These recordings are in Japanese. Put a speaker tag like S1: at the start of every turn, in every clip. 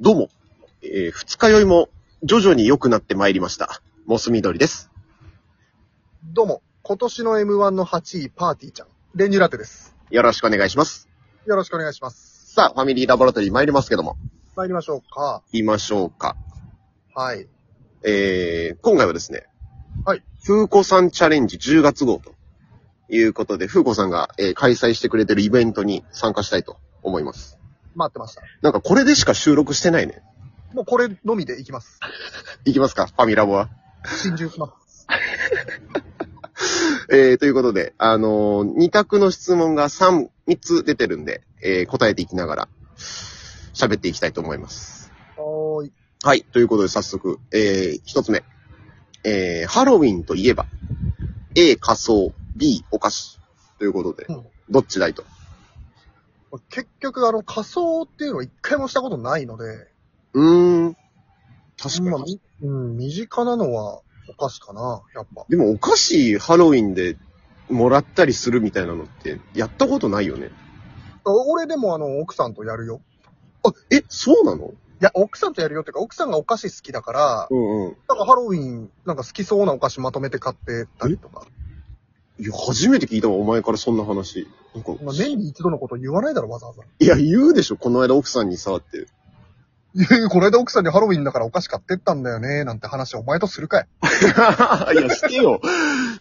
S1: どうも、えー二日酔いも徐々に良くなってまいりました。モス緑です。
S2: どうも、今年の M1 の8位、パーティーちゃん、練乳ラテです。
S1: よろしくお願いします。
S2: よろしくお願いします。
S1: さあ、ファミリーラボラトリー参りますけども、
S2: 参りましょうか。
S1: 言いましょうか。
S2: はい。
S1: えー、今回はですね、
S2: はい。
S1: 風子さんチャレンジ10月号ということで、風子さんが、えー開催してくれてるイベントに参加したいと思います。
S2: 待ってました。
S1: なんかこれでしか収録してないね。
S2: もうこれのみでいきます。
S1: いきますか、ファミラボは。
S2: 心中します。
S1: えー、ということで、あのー、二択の質問が3、3つ出てるんで、えー、答えていきながら、喋っていきたいと思います。
S2: はーい。
S1: はい。ということで、早速、えー、一つ目。えー、ハロウィンといえば、A、仮装、B、お菓子。ということで
S2: うん、
S1: どっちだいと。
S2: 結局、あの、仮装っていうのは一回もしたことないので、
S1: うーん。確
S2: ま
S1: か
S2: あ
S1: に。
S2: みうん、身近なのはお菓子かな、やっぱ。
S1: でも、お菓子、ハロウィンで、もらったりするみたいなのって、やったことないよね。
S2: お俺でもあの、奥さんとやるよ。
S1: あ、え、そうなの
S2: いや、奥さんとやるよっていうか、奥さんがお菓子好きだから、
S1: うんうん。
S2: なんかハロウィン、なんか好きそうなお菓子まとめて買ってたりとか。
S1: いや、初めて聞いたわ、お前からそんな話。なんか、
S2: まあ、年に一度のこと言わないだろ、わざわざ。
S1: いや、言うでしょ、この間奥さんにさ、って。
S2: いやい や、この間奥さんにハロウィンだからお菓子買ってったんだよね、なんて話お前とするかい。
S1: いや、してよ。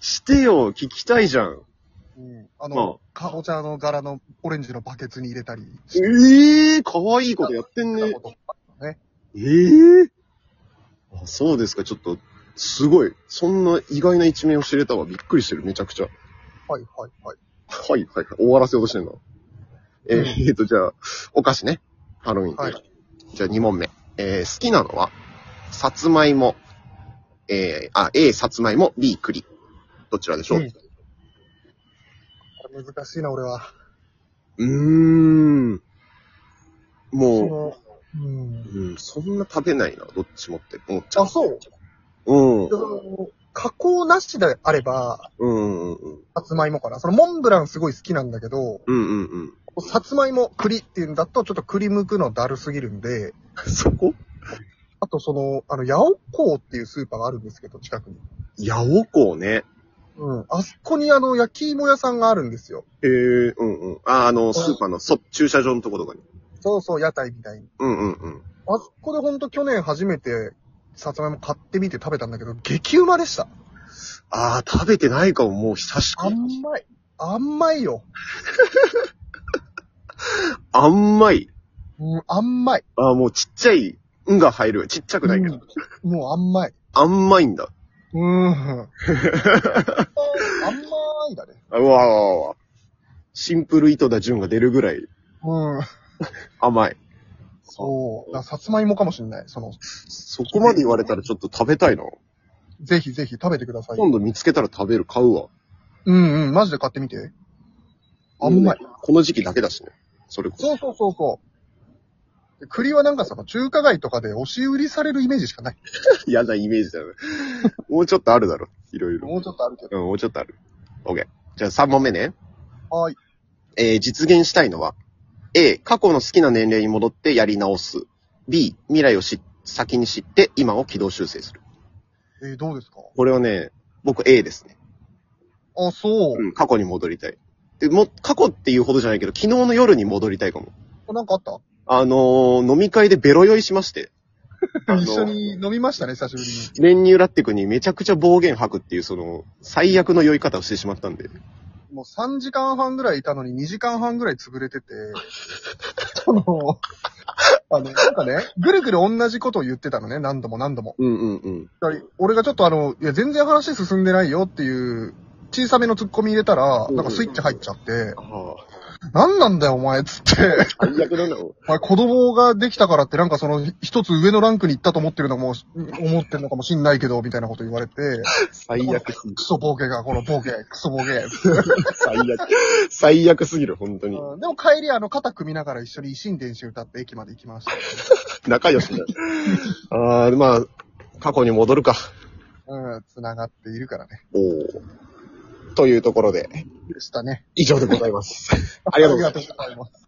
S1: してよ、聞きたいじゃん。
S2: うん。
S1: まあ
S2: あの、かぼちゃの柄のオレンジのバケツに入れたり
S1: ええー、かわいいことやってん
S2: した
S1: ね
S2: こ。と。
S1: ええあ、そうですか、ちょっと、すごい。そんな意外な一面を知れたわ。びっくりしてる、めちゃくちゃ。
S2: はいはいはい。
S1: はい、はい、はい。終わらせようとしてんの。えー
S2: うん
S1: えーと、じゃあ、お菓子ね。ハロウィンとうか
S2: は
S1: じゃあ、2問目。えー、好きなのは、さつまいも。えー、あ、A、さつまいも、B、栗。どちらでしょう、
S2: うんこれ難しいな、俺は。
S1: うーん。
S2: そ
S1: も
S2: の、うん。
S1: う、うん、そんな食べないな、どっちもって思っちゃう。
S2: あ、そう
S1: うん
S2: で。その加工なしであれば、
S1: うんうんうん。
S2: さつまいもかな。そのモンブランすごい好きなんだけど、
S1: うんうんうん。
S2: さつまいも、栗っていうんだとちょっと栗剥くのだるすぎるんで、
S1: そこ
S2: あとその、あの、ヤオコーっていうスーパーがあるんですけど、近くに。
S1: ヤオコーね。
S2: うん。あそこにあの、焼き芋屋さんがあるんですよ。
S1: へえ、うんうん。あ、あの、スーパーの、そ、駐車場のとことかに。
S2: そうそう、屋台みたいに。
S1: うんうんうん。
S2: あそこでほんと去年初めて、さつまいも買ってみて食べたんだけど、激うまでした。
S1: ああ、食べてないかも、もう久しく。
S2: 甘い。甘いよ。
S1: 甘い。
S2: うん、甘い。
S1: ああ、もうちっちゃい、んが入るよ。ちっちゃくないけど。
S2: うんもう甘い。
S1: 甘いんだ。
S2: うーん。甘いだね。
S1: あうわうわうわ。シンプル糸田潤が出るぐらい
S2: うん。
S1: 甘い。
S2: そう。だからさつまいもかもしれない。その、
S1: そこまで言われたらちょっと食べたいな。
S2: ぜひぜひ食べてください。
S1: 今度見つけたら食べる、買うわ。
S2: うんうん、マジで買ってみて。甘い。
S1: この時期だけだしね。それこそ。
S2: そうそうそうそう。で栗はなんかその中華街とかで押し売りされるイメージしかない。
S1: 嫌なイメージだよね。 もうちょっとあるだろ。いろいろ。
S2: もうちょっとあるけど。
S1: うん、もうちょっとある。オッケー。じゃあ3問目ね。
S2: はーい。
S1: えー、実現したいのは、A、過去の好きな年齢に戻ってやり直す。B、未来をし先に知って今を軌道修正する。
S2: えーどうですか
S1: これはね、僕 A ですね。
S2: あ、そ
S1: う
S2: う、
S1: ん、過去に戻りたい。でも、過去っていうほどじゃないけど、昨日の夜に戻りたいかも。
S2: なんかあった
S1: あのー飲み会でベロ酔いしまして。あのー
S2: 一緒に飲みましたね、久しぶりに。
S1: 練乳ラッテ君にめちゃくちゃ暴言吐くっていう、その、最悪の酔い方をしてしまったんで。
S2: もう3時間半ぐらいいたのに2時間半ぐらい潰れ てて、その、あの、なんかね、ぐるぐる同じことを言ってたのね、何度も何度も。
S1: うんうんうん。
S2: だから俺がちょっとあの、いや、全然話進んでないよっていう、小さめの突っ込み入れたら、
S1: うん
S2: なんかスイッチ入っちゃって、
S1: あ
S2: 何なんだよお前っつって、
S1: あ。最悪だな。
S2: お前子供ができたからってなんかその一つ上のランクに行ったと思ってるのかも、思ってるのかもしんないけど、みたいなこと言われて、
S1: 最悪 すぎる。
S2: クソボケが、このボケ、クソボケ。
S1: 最悪。最悪すぎる、本当に。
S2: うんでも帰り、あの、肩組みながら一緒に維新伝心歌って駅まで行きました。
S1: 仲良しだよ。 ああ、まあ、過去に戻るか。
S2: うん、繋がっているからね。
S1: おお。というところで、
S2: でしたね。
S1: 以上でございます。ありがとうございます。
S2: ありがとうございます。